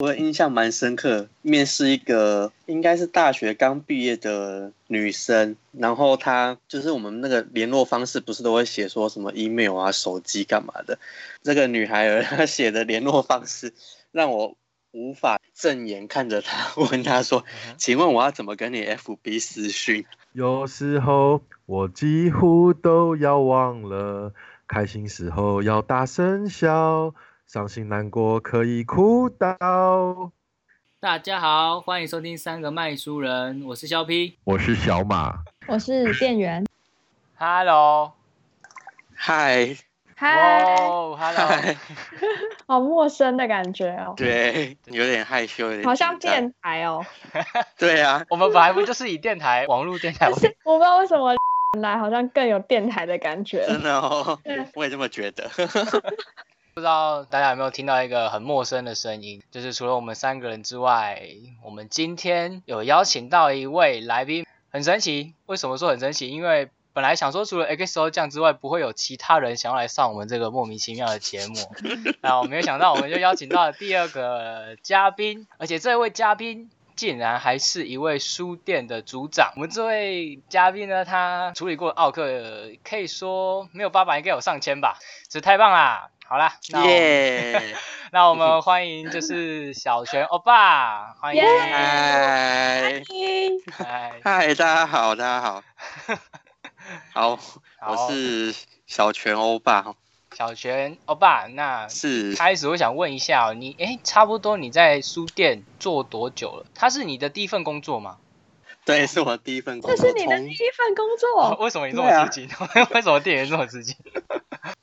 我印象蛮深刻，面试一个应该是大学刚毕业的女生，然后她就是我们那个联络方式不是都会写说什么 email 啊、手机干嘛的，这个女孩儿 她写的联络方式让我无法正眼看着她， 问她说：“请问我要怎么跟你 FB 私讯有时候我几乎都要忘了，开心时候要大声笑，伤心难过可以哭到。大家好，欢迎收听《三个卖书人》，我是肖 P。我是小马，我是 店员， Hello，？” 嗨，嗨，哦，Hello， 嗨，好陌生的感觉哦，对，有点害羞，有点好像紧张电台哦，对啊，我们本来不就是以电台、网络电台但是我不知道为什么来好像更有电台的感觉，真的哦对，我也这么觉得。不知道大家有没有听到一个很陌生的声音？就是除了我们三个人之外，我们今天有邀请到一位来宾，很神奇。为什么说很神奇？因为本来想说除了 XO 酱之外，不会有其他人想要来上我们这个莫名其妙的节目。那我没有想到，我们就邀请到了第二个嘉宾，而且这位嘉宾。竟然还是一位书店的组长。我们这位嘉宾呢，他处理过奥克，可以说没有八百，应该有上千吧，这太棒啦！好啦，那我们耶！那我们欢迎就是小泉欧巴，欢迎，耶嗨咦哎，嗨，大家好，大家 好，好，好我是小泉欧巴，小泉欧巴。那是开始我想问一下哦、你哎、差不多你在书店做多久了？它是你的第一份工作吗？对，是我第一份工 这作，是你的第从一份工哦 作，为什么你这么吃惊？啊 为什么店员这么吃 惊？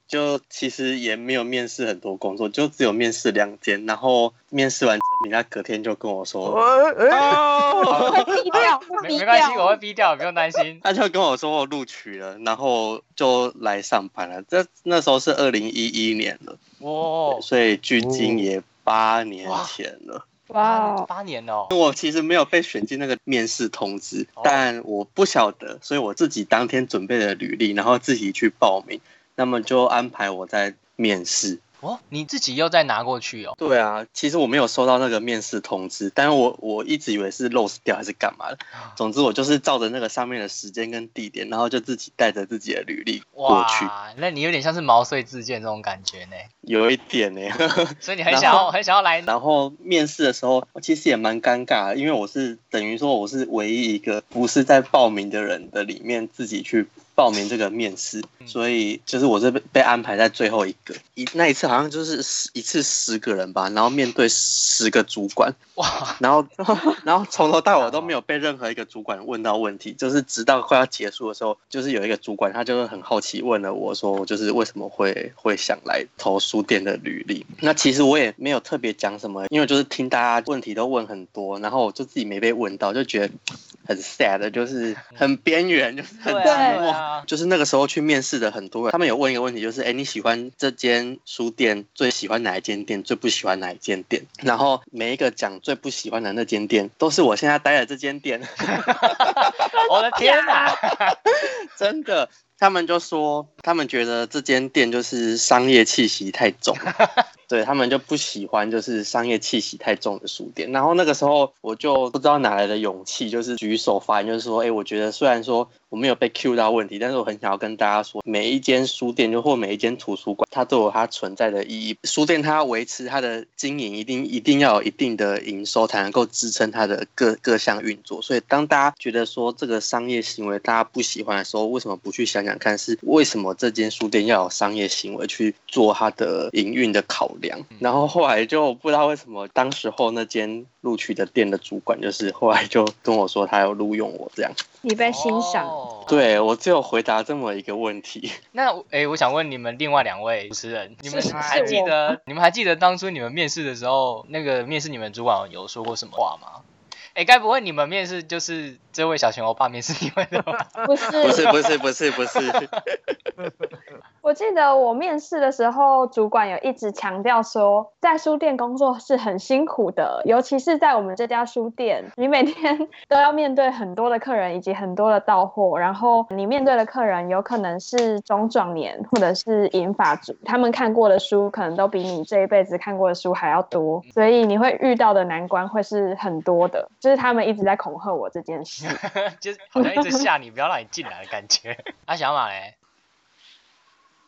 就其实也没有面试很多工作，就只有面试两间，然后面试完，人家隔天就跟我说，哎哎， 哦，会低调，会没低没关系，我会调，逼掉，不用担 心。他就跟我说我录取了，然后就来上班了。这那时候是二零一一年了，哇，所以距今哦也八年哇前了。哇哦，八年哦，我其实没有被选进那个面试通知哦，但我不晓得，所以我自己当天准备了履历，然后自己去报名，那么就安排我在面试。哦，你自己又再拿过去哦，对啊，其实我没有收到那个面试通知，但是我我一直以为是 lose 掉还是干嘛的。总之，我就是照着那个上面的时间跟地点，然后就自己带着自己的履历过去，哇，那你有点像是毛遂自荐这种感觉呢， 有一点呢、所以你很想要很想要来然后面试的时候，其实也蛮尴尬的，因为我是等于说我是唯一一个不是在报名的人的里面自己去报名这个面试，所以就是我是被被安排在最后一个。一那一次好像就是十一次十个人吧，然后面对十个主管，哇，然后然后从头到尾都没有被任何一个主管问到问题，就是直到快要结束的时候，就是有一个主管他就是很好奇问了我说，就是为什么会会想来投书店的履历？那其实我也没有特别讲什么，因为就是听大家问题都问很多，然后我就自己没被问到，就觉得很 sad，就是很边缘，就是很哦对寂啊对寞。啊，就是那个时候去面试的很多人，他们有问一个问题，就是哎、诶你喜欢这间书店，最喜欢哪一间店，最不喜欢哪一间店？然后每一个讲最不喜欢的那间店，都是我现在待的这间店，我的天 哪！哦 真的。他们就说，他们觉得这间店就是商业气息太重，对他们就不喜欢就是商业气息太重的书店。然后那个时候我就不知道哪来的勇气，就是举手发言，就是说，哎、我觉得虽然说我没有被 Q 到问题，但是我很想要跟大家说，每一间书店就或每一间图书馆，它都有它存在的意义。书店它要维持它的经营，一定一定要有一定的营收，才能够支撑它的各各项运作。所以当大家觉得说这个商业行为大家不喜欢的时候，为什么不去想想看是为什么这间书店要有商业行为去做它的营运的考量？然后后来就不知道为什么，当时候那间录取的店的主管就是后来就跟我说他要录用我这样。你被欣赏，哦。对我只有回答这么一个问题。那哎、诶我想问你们另外两位主持人，你们是还是记我得你们还记得当初你们面试的时候，那个面试你们主管有说过什么话吗？哎、该不会你们面试就是这位小熊欧巴面试你们的吧？不是， 不是不是不是不是，我记得我面试的时候，主管有一直强调说，在书店工作是很辛苦的，尤其是在我们这家书店，你每天 都要面对很多的客人以及很多的到货，然后你面对的客人有可能是中壮年或者是银发族，他们看过的书可能都比你这一辈子看过的书还要多，所以你会遇到的难关会是很多的，就是他们一直在恐吓我这件 事。 就是好像一直吓你，不要让你进来的感觉。啊，小马嘞？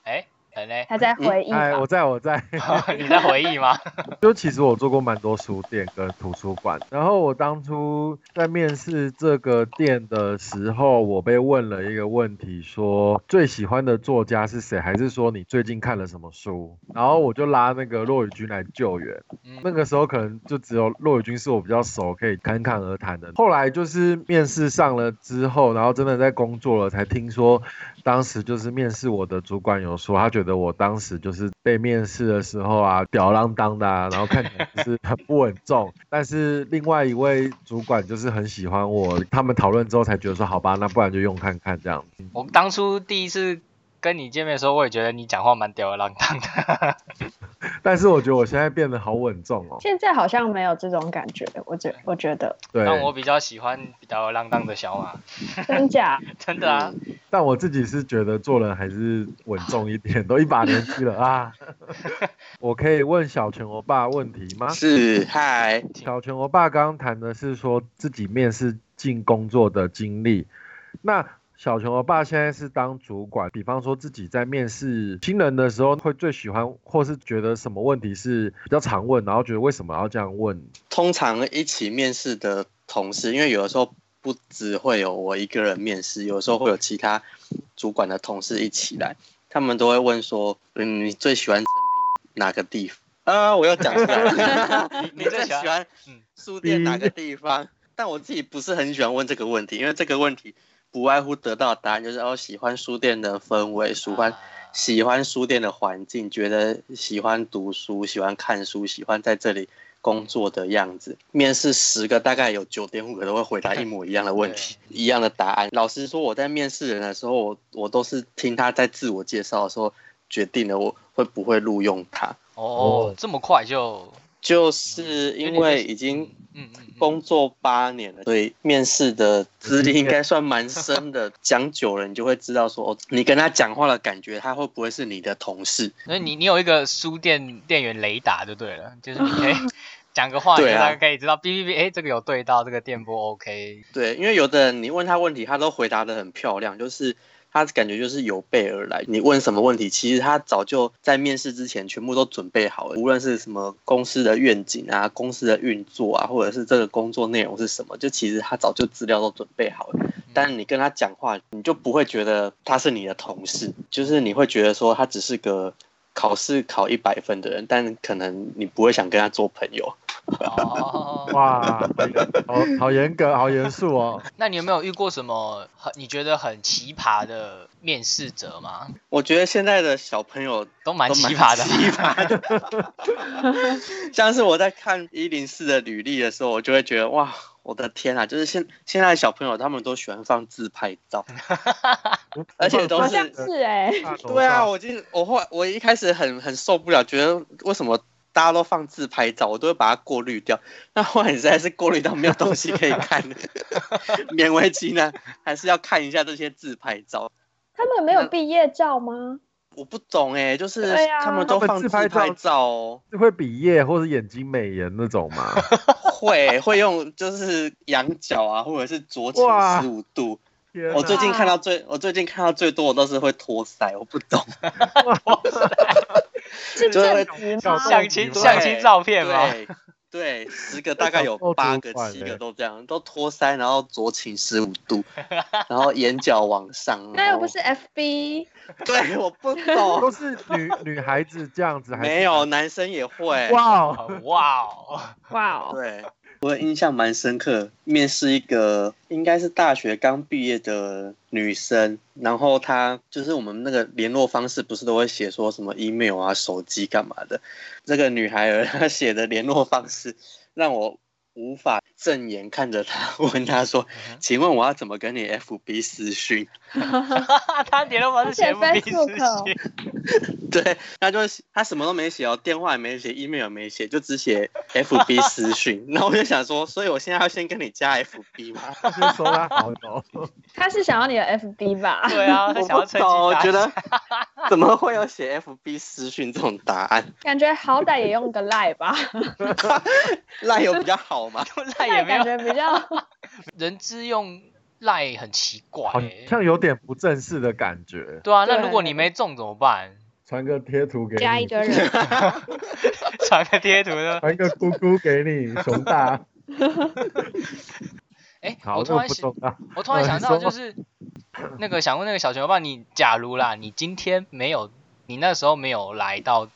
哎、人嘞？ 他在回忆吧，哎，我在我在， 你在回忆吗？ 就其实我做过蛮多书店跟图书馆，然后我当初在面试这个店的时候，我被问了一个问题说，最喜欢的作家是谁，还是说你最近看了什么书？然后我就拉那个骆宇君来救援。嗯那个时候可能就只有骆宇君是我比较熟，可以侃侃而谈的。后来就是面试上了之后，然后真的在工作了，才听说当时就是面试我的主管有说，他觉得我当时就是被面试的时候啊，吊儿郎当的、啊，然后看起来就是很不稳重。但是另外一位主管就是很喜欢我，他们讨论之后才觉得说，好吧，那不然就用看看这样。我当初第一次跟你见面的时候，我也觉得你讲话蛮吊儿郎当的。但是我觉得我现在变得好稳重哦。现在好像没有这种感觉，我觉我觉得对，但我比较喜欢吊儿郎当的小马，真假？真的啊。但我自己是觉得做人还是稳重一点，都一把年纪了 啊。我可以问小泉欧巴问题吗？ 是嗨，小泉欧巴刚刚谈的是说自己面试进工作的经历，那。小泉欧巴现在是当主管，比方说自己在面试新人的时候，会最喜欢或是觉得什么问题是比较常问，然后觉得为什么要这样问？通常一起面试的同事，因为有的时候不只会有我一个人面试，有的时候会有其他主管的同事一起来，他们都会问说，嗯，你最喜欢成品哪个地方？啊，我要讲出来了，你你最最喜喜欢欢嗯，书店哪个地方？但我自己不是很喜欢问这个问题，因为这个问题不外乎得到的答案就是哦，喜欢书店的氛围，喜欢喜欢书店的环境，觉得喜欢读书，喜欢看书，喜欢在这里工作的样子。面试十个，大概有九点五个都会回答一模一样的问题一样的答案。老实说，我在面试人的时候，我我都是听他在自我介绍的时候决定了我会不会录用他，哦哦，这么快就就是因为已经。嗯嗯嗯工作八年了，所以面试的资历应该算蛮深的。讲久了，你就会知道说，哦，你跟他讲话的感觉，他会不会是你的同事？所以你你有一个书店店员雷达就对 了，就是你可以讲个话，你就对啊大概可以知道哔哔哔，哎，这个有对到，这个电波 OK，对，因为有的人你问他问题，他都回答的很漂亮，就是他感觉就是有备而来。你问什么问题，其实他早就在面试之前全部都准备好了，无论是什么公司的愿景啊、公司的运作啊，或者是这个工作内容是什么，就其实他早就资料都准备好了。但你跟他讲话，你就不会觉得他是你的同事，就是你会觉得说他只是个。考试考一百分的人，但可能你不会想跟他做朋友。 哦，哇，好好严格，好严肃哦。那你有没有遇过什么很你觉得很奇葩的面试者吗？我觉得现在的小朋友都蛮都奇葩的，奇葩的。 像是我在看一零四的履历的时候，我就会觉得哇，我的天啊！就是现现在的小朋友他们都喜欢放自拍照， 啊而且都好是像是哎、对啊，我今我后来我一开始很很受不了，觉得为什么大家都放自拍照，我都会把它过滤掉。那后来实在是过滤到没有东西可以看， 勉为其难，还是要看一下这些自拍照。他们没有毕业照吗？我不懂哎、就是对啊他们都他们放自自拍拍照照哦。会比耶或者眼睛美颜那种 吗？会会用就是仰角啊，或者是左倾哇十五度。天我哪最近看到最我最近看到最多的都是会托腮，我不懂。是就是会正职跳吗？动相亲对相亲照片吗？对对，十个大概有哦八个主管七欸个都这样，都托腮，然后左倾十五度，然后眼角往上。那又不然是 FB，后对，我不都 懂。是女女孩子这样子，还是没有，男生也会。哇哦，哦哇 哦，哇哦，对，我印象蛮深刻。面试一个应该是大学刚毕业的女生，然后她就是我们那个联络方式不是都会写说什么 email 啊、手机干嘛的？这个女孩儿她写的联络方式让我无法正眼看着他，问他说：“请问我要怎么跟你 FB 私讯他点了我的写钱不必 Facebook 私信，？”对，他就他什么都没写哦，电话也没写，email 也没写，就只写 FB 私讯。 然后我就想说，所以我现在要先跟你加 FB 吗？先收他好友。他是想要你的 FB 吧？对啊，他我想要不趁懂，我觉机打 得 怎么会有写 FB 私讯这种答 案？感觉好歹也用个 Line 吧赖有比较好吗？赖也，Line 没感有觉比较人资用赖很奇怪好欸、像有点不正式的感觉。对啊，那对如果你没中怎么办？ 传个贴图给加一你，堆人。传个贴图 呢？传个咕咕给你，熊大。哎、好，我这个突然不想，重要。我突然想到，呃你就说是那个想问那个小熊爸，你假如啦，你今天没有，你那时候没有来到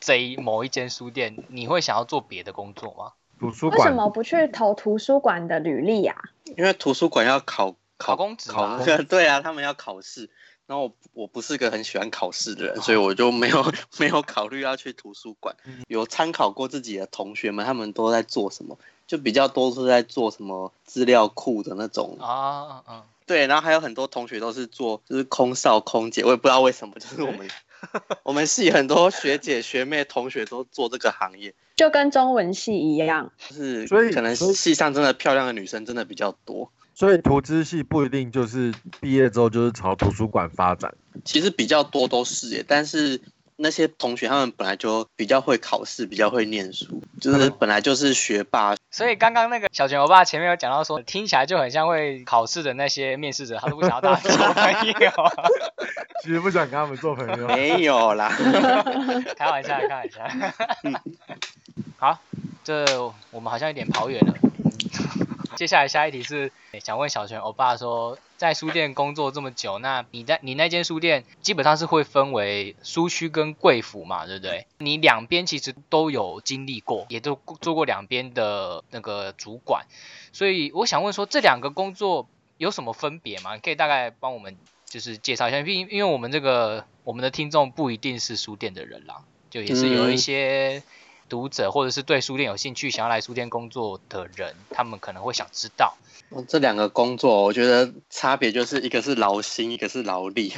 这一某一间书店，你会想要做别的工作吗？图书为什馆么不去投图书馆的履历啊呀、 因为图书馆要考考考公职考嘛 对啊，他们要考试。然后我我不是个很喜欢考试的人，哦所以我就没有没有考虑要去图书馆。嗯有参考过自己的同学们，他们都在做什么，就比较多是在做什么资料库的那种。啊，嗯，对，然后还有很多同学都是做就是空少、空姐，我也不知道为什么，就是我们 我们系很多学姐、学妹、同学都做这个行业，就跟中文系一样，就是所以可能所以系上真的漂亮的女生真的比较多。所以图资系不一定就是毕业之后就是朝图书馆发展。其实比较多都是耶，但是那些同学他们本来就比较会考试，比较会念书，就是本来就是学霸。所以刚刚那个小熊欧巴前面有讲到说，听起来就很像会考试的那些面试者，他都不想要当小朋友。其实不想跟他们做朋友。没有 啦，开玩笑，开玩笑。 好，这我们好像有点跑远了。嗯接下来下一题是诶想问小泉欧巴说，在书店工作这么久，那你在你那间书店基本上是会分为书区跟贵府嘛，对不对？你两边其实都有经历过，也都做过两边的那个主管，所以我想问说，这两个工作有什么分别吗？你可以大概帮我们就是介绍一下，毕竟因为我们这个我们的听众不一定是书店的人啦，就也是有一嗯些读者或者是对书店有兴趣想要来书店工作的人，他们可能会想知道。哦这两个工作我觉得差别就是一个是劳心，一个是劳力。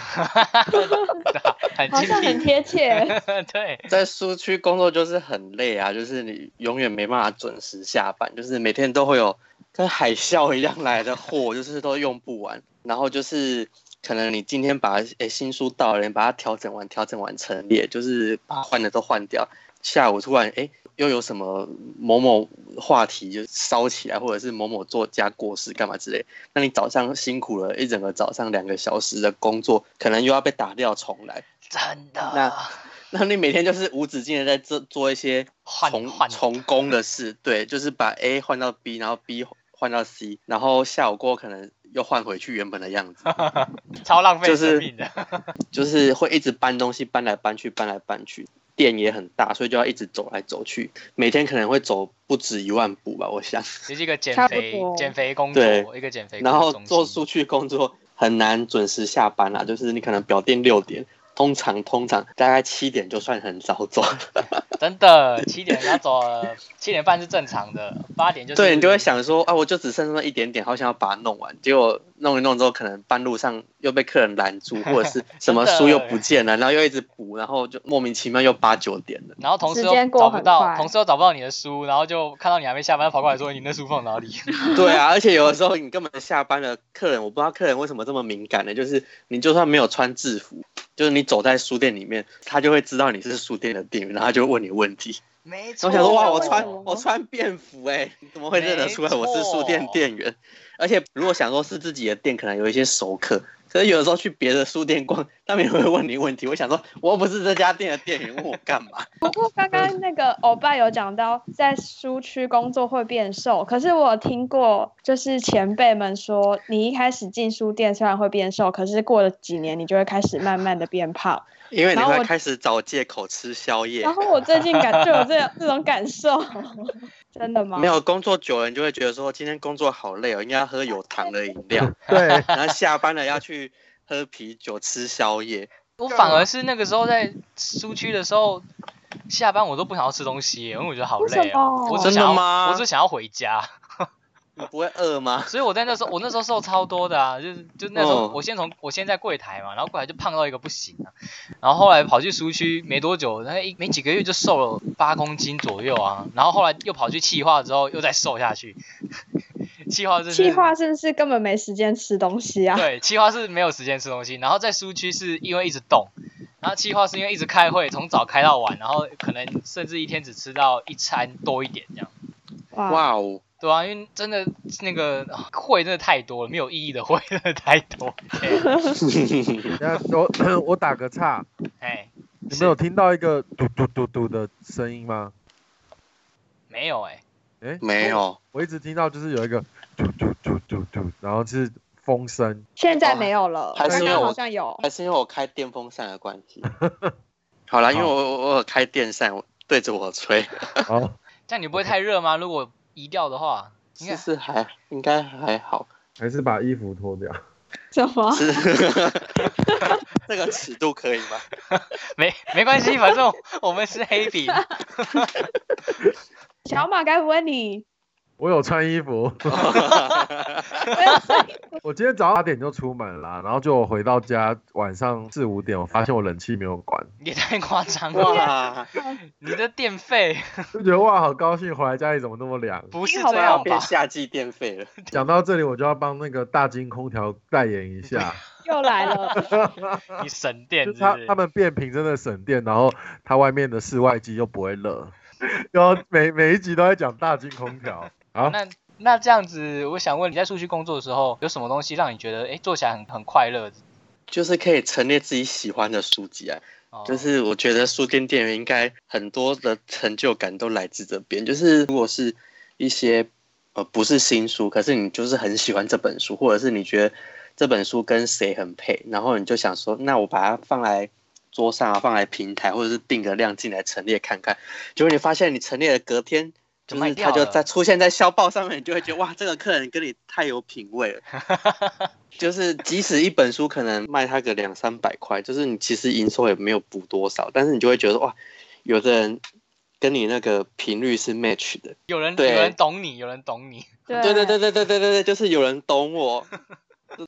很好精像很辟，贴切。 对，在苏区工作就是很累啊，就是你永远没办法准时下班，就是每天都会有跟海啸一样来的货，就是都用不完。然后就是可能你今天把诶、新书到了，你把它调整完，调整完陈列，就是把换的都换掉。下午突然诶、又有什么某某话题就烧起来，或者是某某作家过世干嘛之类，那你早上辛苦了一整个早上两个小时的工作，可能又要被打掉重来。真的那那你每天就是无止境的在做做一些换重换重工的事，对，就是把 A 换到 B，然后 B 换到 C，然后下午过后可能又换回去原本的样 子，超浪费就生是命的。就是会一直搬东西，搬来搬去，搬来搬去。店也很大，所以就要一直走来走去，每天可能会走不止一万步吧，我想。这是一个减差不肥多减肥工对作，一个减肥工然后作中心。做出去工作很难准时下班啦，就是你可能表定六点，通常通常大概七点就算很早走了。真的七点要走了，七点半是正常的，八点就是对你就会想说啊，我就只剩那么一点点，好想要把它弄完。结果弄一弄之后，可能半路上又被客人拦住，或者 是什么书又不见了，然后又一直补，然后就莫名其妙又八九点 了。然后同事时又间过找不很到，快同事又找不到你的书，然后就看到你还没下班，跑过来说你那书放哪里？对啊，而且有的时候你根本下班了，客人我不知道客人为什么这么敏感呢？就是你就算没有穿制服，就是你走在书店里面，他就会知道你是书店的店员，然后他就会问你问题。没错，我想说哇，哦我穿哦我穿便服哎、你怎么会认得出来我是书店店员？而且如果想说是自己的店，可能有一些熟客，可是有的时候去别的书店逛，他们也会问你问题。我想说，我又不是这家店的店员，问我干嘛？不过刚刚那个欧巴有讲到，在书区工作会变瘦，可是我有听过就是前辈们说，你一开始进书店虽然会变瘦，可是过了几年你就会开始慢慢的变胖。 因为你然后我会开始找借口吃宵夜然。后我最近感就有这样这种感受， 真的吗？没，有工作久了，你就会觉得说今天工作好累哦，应该要喝有糖的饮 料，对，然后下班了要去喝啤酒吃宵夜。我反而是那个时候在书区的时候，下班我都不想要吃东西耶，因为我觉得好为什累哦。么我只想真要，的吗我只想要回家。你不会饿吗？所以我在那时候，我那时候瘦超多的啊，就是就那时候，嗯我先从我先在柜台嘛，然后柜台就胖到一个不行啊，然后后来跑去苏区没多久，那一没几个月就瘦了八公斤左右啊，然后后来又跑去气化之后又再瘦下去，气化就是气化是不是根本没时间吃东西啊？对，企划是没有时间吃东西，然后在苏区是因为一直动，然后企划是因为一直开会，从早开到晚，然后可能甚至一天只吃到一餐多一点这样。哇，哇哦，对啊，因为真的那个啊会真的太多了，没有意义的会 真的太多。 等一下我 我打个岔，哎，你是们有听到一个嘟嘟嘟嘟的声音吗？没有哎、哎，没有，我一直听到就是有一个嘟嘟嘟嘟嘟，然后是风声。现在没有了，还刚是刚因为我好像有。还是因为我开电风扇的关系。 好啦，因为我我我有开电扇，我对着我 吹，好，这样你不会太热吗？如果移掉的话，应其该 实还应该还好，还是把衣服脱掉。什么？ 是这个尺度可以吗？没没关系，反正我们是黑 笔。小马该不会 你？我有穿衣服， 没有声音我今天早上八点就出门啦，然后就回到家，晚上四五点，我发现我冷气没有关，也太夸张了，哇，你的电费就觉得哇，好高兴，回来家里怎么那么凉？不是你好这样变吧？夏季电费了。讲到这里，我就要帮那个大金空调代言一下，又来了，你省电就是是不他是他们变频真的省电，然后它外面的室外机又不会热， 然后每每一集都在讲大金空调。好，那那这样子，我想问你在数据工作的时候，有什么东西让你觉得哎、诶做起来很很快乐？就是可以陈列自己喜欢的书籍啊，哦、就是我觉得书店店员应该很多的成就感都来自这边，就是如果是一些呃不是新书，可是你就是很喜欢这本书，或者是你觉得这本书跟谁很配，然后你就想说，那我把它放来桌上啊，放来平台，或者是定个量进来陈列看看，结果你发现你陈列的隔天。就就卖是掉它了就在出现在销报上面，你就会觉得哇，这个客人跟你太有品味了。 就是即使一本书可能卖他个两三百块，就是你其实营收也没有补多少，但是你就会觉得哇，有的人跟你那个频率是 match 的。有人有对人懂你，有人懂你。 对对对对对对对对对，就是有人懂我。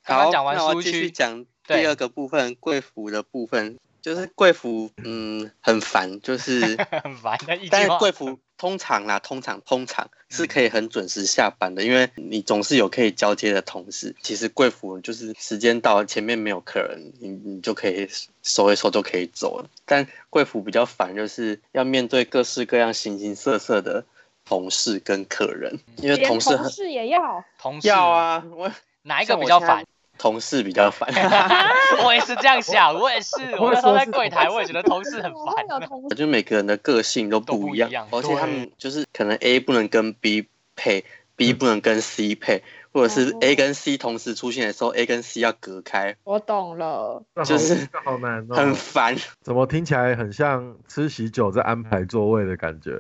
刚好，刚讲完那我书继区续讲第对二个部分，贵妇的部分，就是贵妇，嗯，很烦，就是。很烦的 一但句是话。嗯贵服通常啦，通常通常是可以很准时下班的，因为你总是有可以交接的同事。其实贵服就是时间到了，前面没有客人，你你就可以收一收就可以走了。但贵服比较烦，就是要面对各式各样形形色色的同事跟客人，因为连同事同很事也要，同事要，啊，我哪一个比较烦？同事比较烦。 我也是这样想，我也是。我我那时候我在也是柜台，我也觉得同事怎很么哦会烦。有同事？就每个人的个性都都不不一一样，样而且对他们就是可能 A 不能跟 B 配，B 不能跟 C 配，或者是哦 A 跟 C 同时出现的时候，A 跟 C 要隔开，我懂了，这好就是这好难哦，很烦。怎么听起来很像吃喜酒在安排座位的感觉？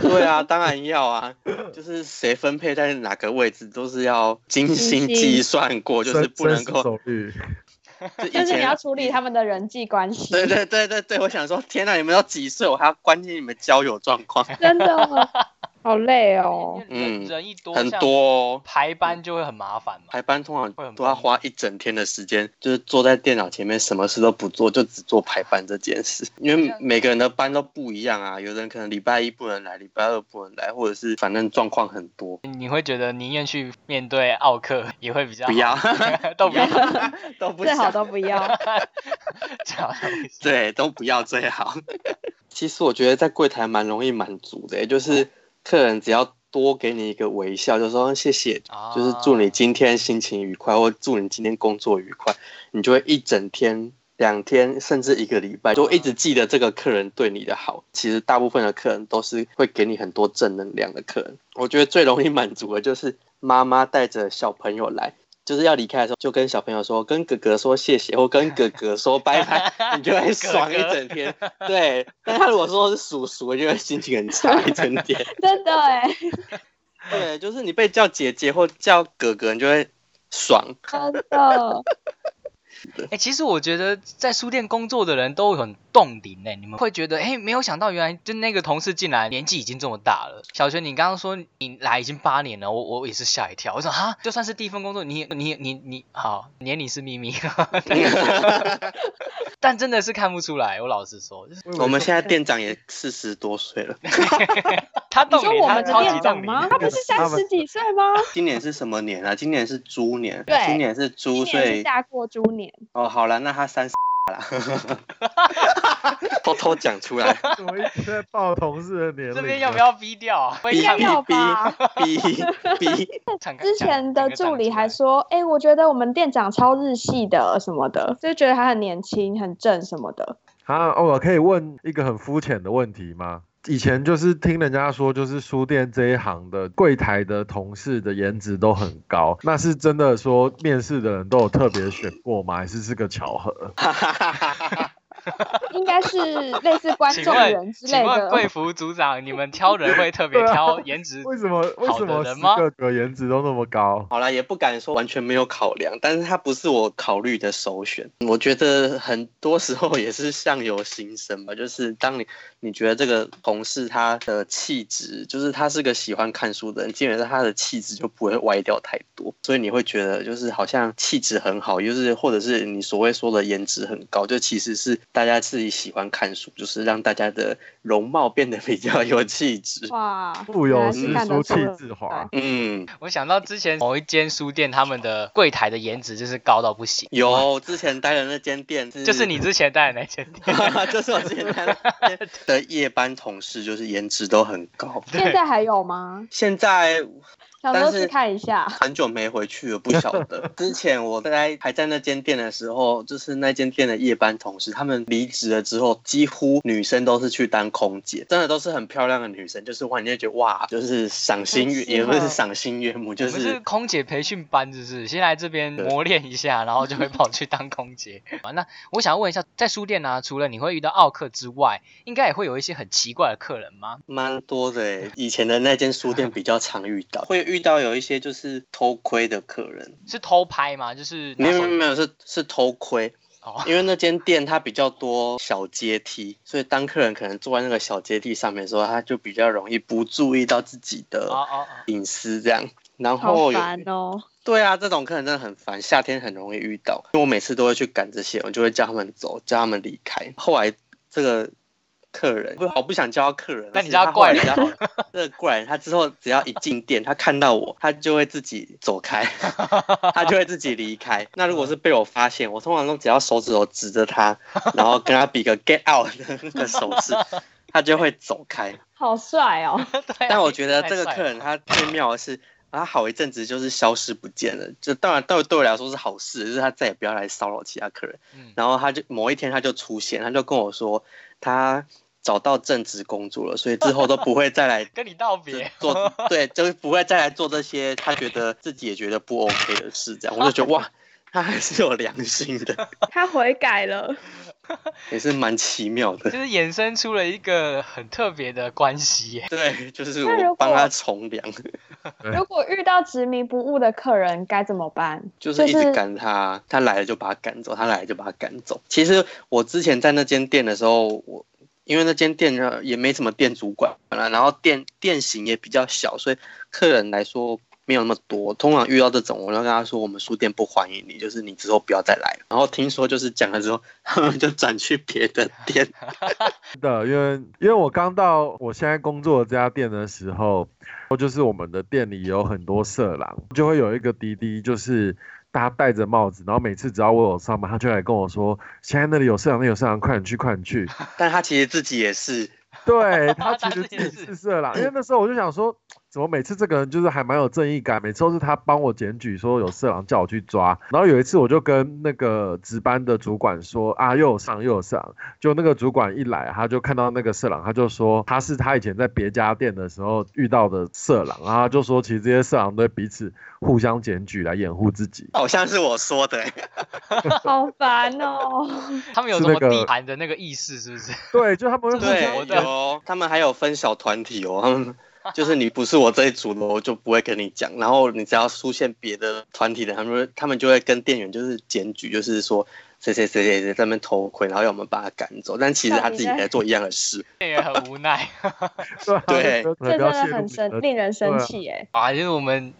对啊，当然要啊，就是谁分配在哪个位置都是要精心精心计算过，就是深不能深思够。熟虑。就以就是你前要处理他们的人际关系。对对对对对，我想说，天哪，你们都几岁，我还要关心你们交友状况， 真的好累哦。因为人嗯人一多，很像多哦。排班就会很麻烦嘛。排班通会很常都崩要花一整天的时间，就是坐在电脑前面，什么事都不做，就只做排班这件事。因啊为每个人的班都不一样啊，有人可能礼拜一不能来，礼拜二不能来，或者是反正状况很多。你会觉得宁愿去面对奥克也会比较好不要， 都不要， 都不最好想，都不要，最好都不要对，都不要最好。 其实我觉得在柜台蛮容易满足的，欸就是客人只要多给你一个微笑，就说谢谢，啊就是祝你今天心情愉快，或祝你今天工作愉快，你就会一整天、两天，甚至一个礼拜，就一直记得这个客人对你的好。其实大部分的客人都是会给你很多正能量的客人。我觉得最容易满足的就是妈妈带着小朋友来。就是要离开的时候，就跟小朋友说，跟哥哥说谢谢，或跟哥哥说拜拜，你就会爽一整天。对，但他如果说是叔叔，就会心情很差一整天。真的哎，对，就是你被叫姐姐或叫哥哥，你就会爽。真的。哎、其实我觉得在书店工作的人都很冻龄呢，你们会觉得，哎、没有想到原来就那个同事竟然年纪已经这么大了。小泉，你刚刚说你来已经八年了，我我也是吓一跳，我说哈，就算是第一份工作，你也你你你好，年龄是秘密， 但真的是看不出来，我老实说，就是我们现在店长也四十多岁了，他你冻说龄，我他们的超级店冻长龄吗？他不是三十几岁吗？今年是什么年啊？今年是猪年，对今年是猪，今所年是以大过猪年，哦，好了，那他三十 啦，偷偷讲出来，怎么一直在报同事的年龄啊？ 这边要不要逼掉啊？会逼应该看逼要吧逼逼逼，看看之前的助理还说，哎、我觉得我们店长超日系的什么的，就觉得他很年轻、很正什么的。啊，哦，我可以问一个很肤浅的问题吗？以前就是听人家说，就是书店这一行的柜台的同事的颜值都很高，那是真的说面试的人都有特别选过吗？还是是个巧合？哈哈哈哈哈应该是类似观请众问人之类请问贵的。服组长，你们挑人会 特别对啊挑颜值？为什么为好什的么人十吗个个颜值都那么高？好了，也不敢说完全没有考量，但是他不是我考虑的首选。我觉得很多时候也是相由心生吧，就是当你你觉得这个同事他的气质，就是他是个喜欢看书的人，基本上他的气质就不会歪掉太多，所以你会觉得就是好像气质很好，就是或者是你所谓说的颜值很高，就其实是大家自己喜欢看书，就是让大家的容貌变得比较有气质。哇，腹原有来是诗看得书出气来自华。嗯，我想到之前某一间书店，他们的柜台的颜值就是高到不行，有之前待的那间店是就是你之前带的那间店。 就是我之前在那边的夜班同事，就是颜值都很高。对现在还有吗？现在想但说是去看一下。很久没回去了，不晓 得。之前我在还在那间店的时候，就是那间店的夜班同事，他们离职了之后，几乎女生都是去当空姐，真的都是很漂亮的女生，就是哇，你就觉得哇，就是赏心悦，很适也不是合赏心悦目，就我们是是空姐培训班，就是先来这边磨练 一下，然后就会跑去当空姐。 啊那我想问一下，在书店呢、啊除了你会遇到奥客之外，应该也会有一些很奇怪的客人吗？蛮多的欸。以前的那间书店比较常遇到，会遇到有一些就是偷窥的客人，是偷拍吗？就是拿没有手没有没有，是是偷窥。哦，因为那间店它比较多小阶梯，所以当客人可能坐在那个小阶梯上面的时候，他就比较容易不注意到自己哦的哦哦， 隐私这样。然好后有烦哦！ 对啊，这种客人真的很烦，夏天很容易遇到。因为我每次都会去赶这些，我就会叫他们走，叫他们离开。后来这个客人，不，我不想叫他客人，那但你是叫他他后来怪人叫他。 这个怪人，他之后只要一进店，他看到我，他就会自己走 开，他就会自己离开。那如果是被我发现，我通常都只要手指头指着他，然后跟他比个 get out 的那个手 势，他就会走开。好帅哦！对啊但我觉得这个太帅客了人他最妙的是，他好一阵子就是消失不见了。就当然对对我来说是好事，就是他再也不要来骚扰其他客人。嗯然后他就某一天他就出现，他就跟我说他找到正职工作了，所以之后都不会再来跟你道就 别，哦做，对，就是不会再来做这些他觉得自己也觉得不 OK 的事。这样我就觉 得哇，他还是有良心的， 他悔改 了，也是蛮奇妙的 就。是衍生出了一个很特别的关系耶。对，就是那如我果帮他从良，对如果遇到执迷不悟的客人该怎么办？就是一就直是赶他，他来了就把他赶走，他来了就把他赶走。其实我之前在那间店的时候，我因为那间店呢也没什么店主管啦，然后店店型也比较小，所以客人来说没有那么多。通常遇到这种，我就跟他说我们书店不欢迎你，就是你之后不要再来了。然后听说就是讲了之后，他们就转去别的 店。是的，因为因为我刚到我现在工作的这家店的时候，就是我们的店里有很多色狼，就会有一个滴滴，就是他戴着帽子，然后每次只要我有上班，他就来跟我说，现在那里有色狼，那里有色狼，快点去，快点去。但他其实自己也是， 对他他其实自己自己是是色狼，因为那时候我就想说，怎么每次这个人就是还蛮有正义感，每次都是他帮我检举说有色狼，叫我去抓。然后有一次我就跟那个值班的主管说啊，又有色狼，又有色狼。就那个主管一来，他就看到那个色狼，他就说他是他以前在别家店的时候遇到的色狼，然后他就说其实这些色狼都会彼此互相检举来掩护自己。好像是我说的、欸 好烦哦！他们有是什么那个地盘的那个意识，是不是？ 对，就他们会互这是相对我，的有他们还有分小团体哦，他们 就是你不是我这一组的，我就不会跟你讲。然后你只要出现别的团体的，他们会他们就会跟店员就是检举，就是说谁谁谁谁谁在那边偷窥，然后要我们把他赶走。但其实他自己在做一样的事。店员很无奈对啊，对就这可能真不要的泄露很你的生，令人生气哎、嗯啊，就是我们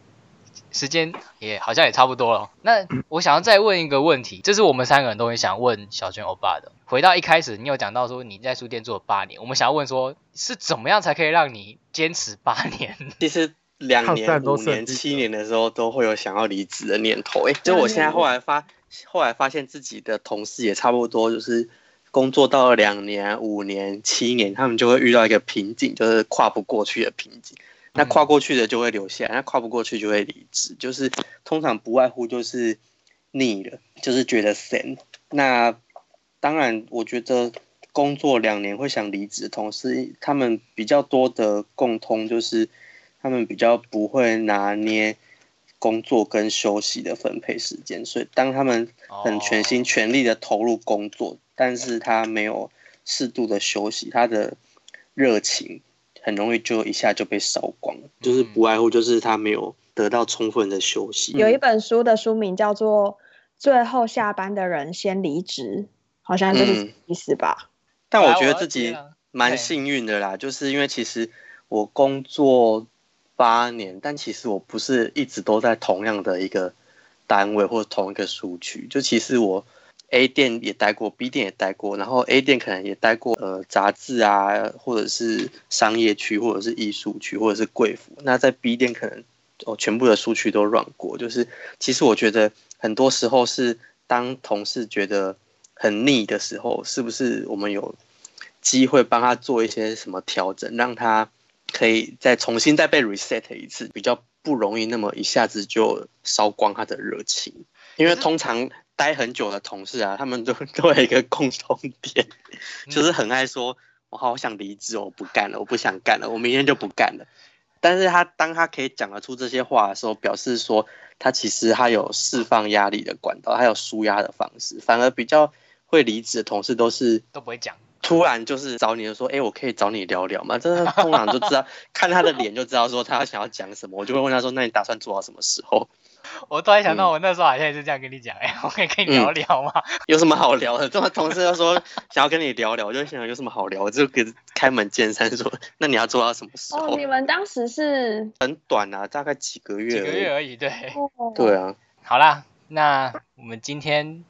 时间也好像也差不多了。那我想要再问一个问题，这是我们三个人都很想问小娟欧巴的。回到一开始，你有讲到说你在书店做了八年，我们想要问说是怎么样才可以让你坚持八 年？ 其实两抗年、战都五是很年、低七年的时候，都会有想要离职的念头。哎，就我现在后来发，后来发现自己的同事也差不多，就是工作到了两年、五年、七年，他们就会遇到一个瓶颈，就是跨不过去的瓶颈。那跨过去的就会留下来，那跨不过去就会离职，就是通常不外乎就是腻了，就是觉得闲。那当然，我觉得工作两年会想离职的同事，他们比较多的共通就是他们比较不会拿捏工作跟休息的分配时间，所以当他们哦很全心全力的投入工作，但是他没有适度的休息，他的热情很容易就一下就被烧光了，就是不外乎就是他没有得到充分的休息。有一本书的书名叫做《最后下班的人先离职》，好像就是嗯这个意思吧？但我来觉哎得我要自接 己了嘿蛮幸运的啦，就是因为其实我工作八年，但其实我不是一直都在同样的一个单位或同一个书区，就其实我 A 店也待过，B 店也待过，然后 A 店可能也待过呃杂志啊，或者是商业区，或者是艺术区，或者是贵妇。那在 B 店可能我、哦全部的书区都 run 过，就是其实我觉得很多时候是当同事觉得很腻的时候，是不是我们有机会帮他做一些什么调整，让他可以再重新再被 reset 一次，比较不容易那么一下子就烧光他的热情。因为通常待很久的同事啊，他们都 都有一个共同点，就是很爱说：“我好想离职哦，我不干了，我不想干了，我明天就不干了。”但是他当他可以讲得出这些话的时候，表示说他其实他有释放压力的管道，他有舒压的方式。反而比较会离职的同事都是都不会讲。突然就是找你说，哎、我可以找你聊聊吗？真的通常就知道 看他的脸就知道说他想要讲什么，我就会问他说，那你打算做到什么时候？我突然想到，我那时候好像也是这样跟你讲，哎、我可以跟你聊聊吗？有什么好聊的？这么同事要说想要跟你聊聊，我就想有什么好聊，我就给开门见山说，那你要做到什么时候？哦，你们当时是很短啊，大概几个月几而已。个月而已，对。哦， 对啊，好啦，那我们今天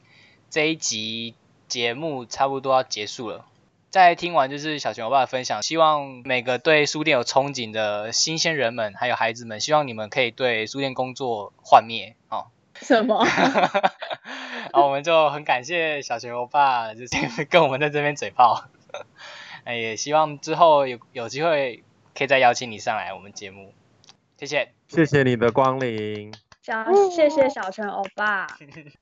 这一集节目差不多要结束了。在听完就是小熊欧巴的分享，希望每个对书店有憧憬的新鲜人们，还有孩子们，希望你们可以对书店工作幻灭哦。 什么？然后我们就很感谢小熊欧巴，就是跟我们在这边嘴炮。 哎，也希望之后有有机会可以再邀请你上来我们节目，谢谢。谢谢你的光临。想谢谢小泉欧 巴，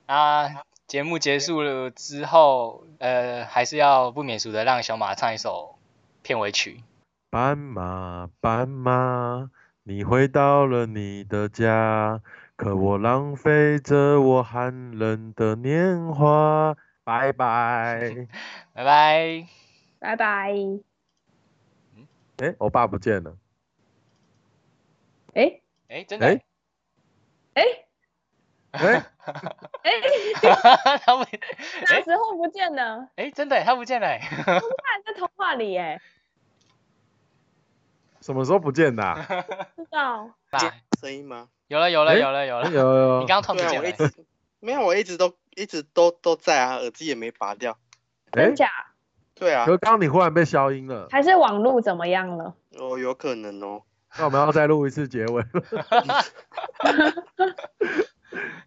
那节目结束了之后，呃，还是要不免俗的让小马唱一首片尾曲。斑马，斑马，你回到了你的家，可我浪费着我寒冷的年华。拜拜。拜拜。拜拜。哎，我爸不见了。哎哎，真的哎欸？哎哎，哎， 他不，那哎时候不见了，哎，真的欸，他不见了 欸。看在童话里哎，什么时候不见的啊？知道啊声音吗？有了，有了，哎有了，有哎了。呦呦你刚刚突然对啊，我不见了一欸。直没有，我一直都一直都都在啊，耳机也没拔掉。哎真，假？对啊可，是刚刚你忽然被消音了，还是网路怎么样了？哦，有可能哦。那我们要再录一次结尾。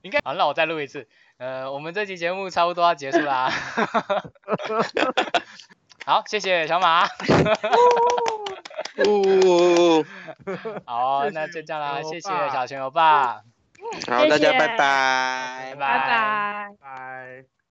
应该好，那我再录一次。呃，我们这期节目差不多要结束啦。好，谢谢小马。呜，好，谢那谢就这样啦，小谢谢欧巴小熊欧巴，好，大谢谢家拜拜。拜拜拜。拜。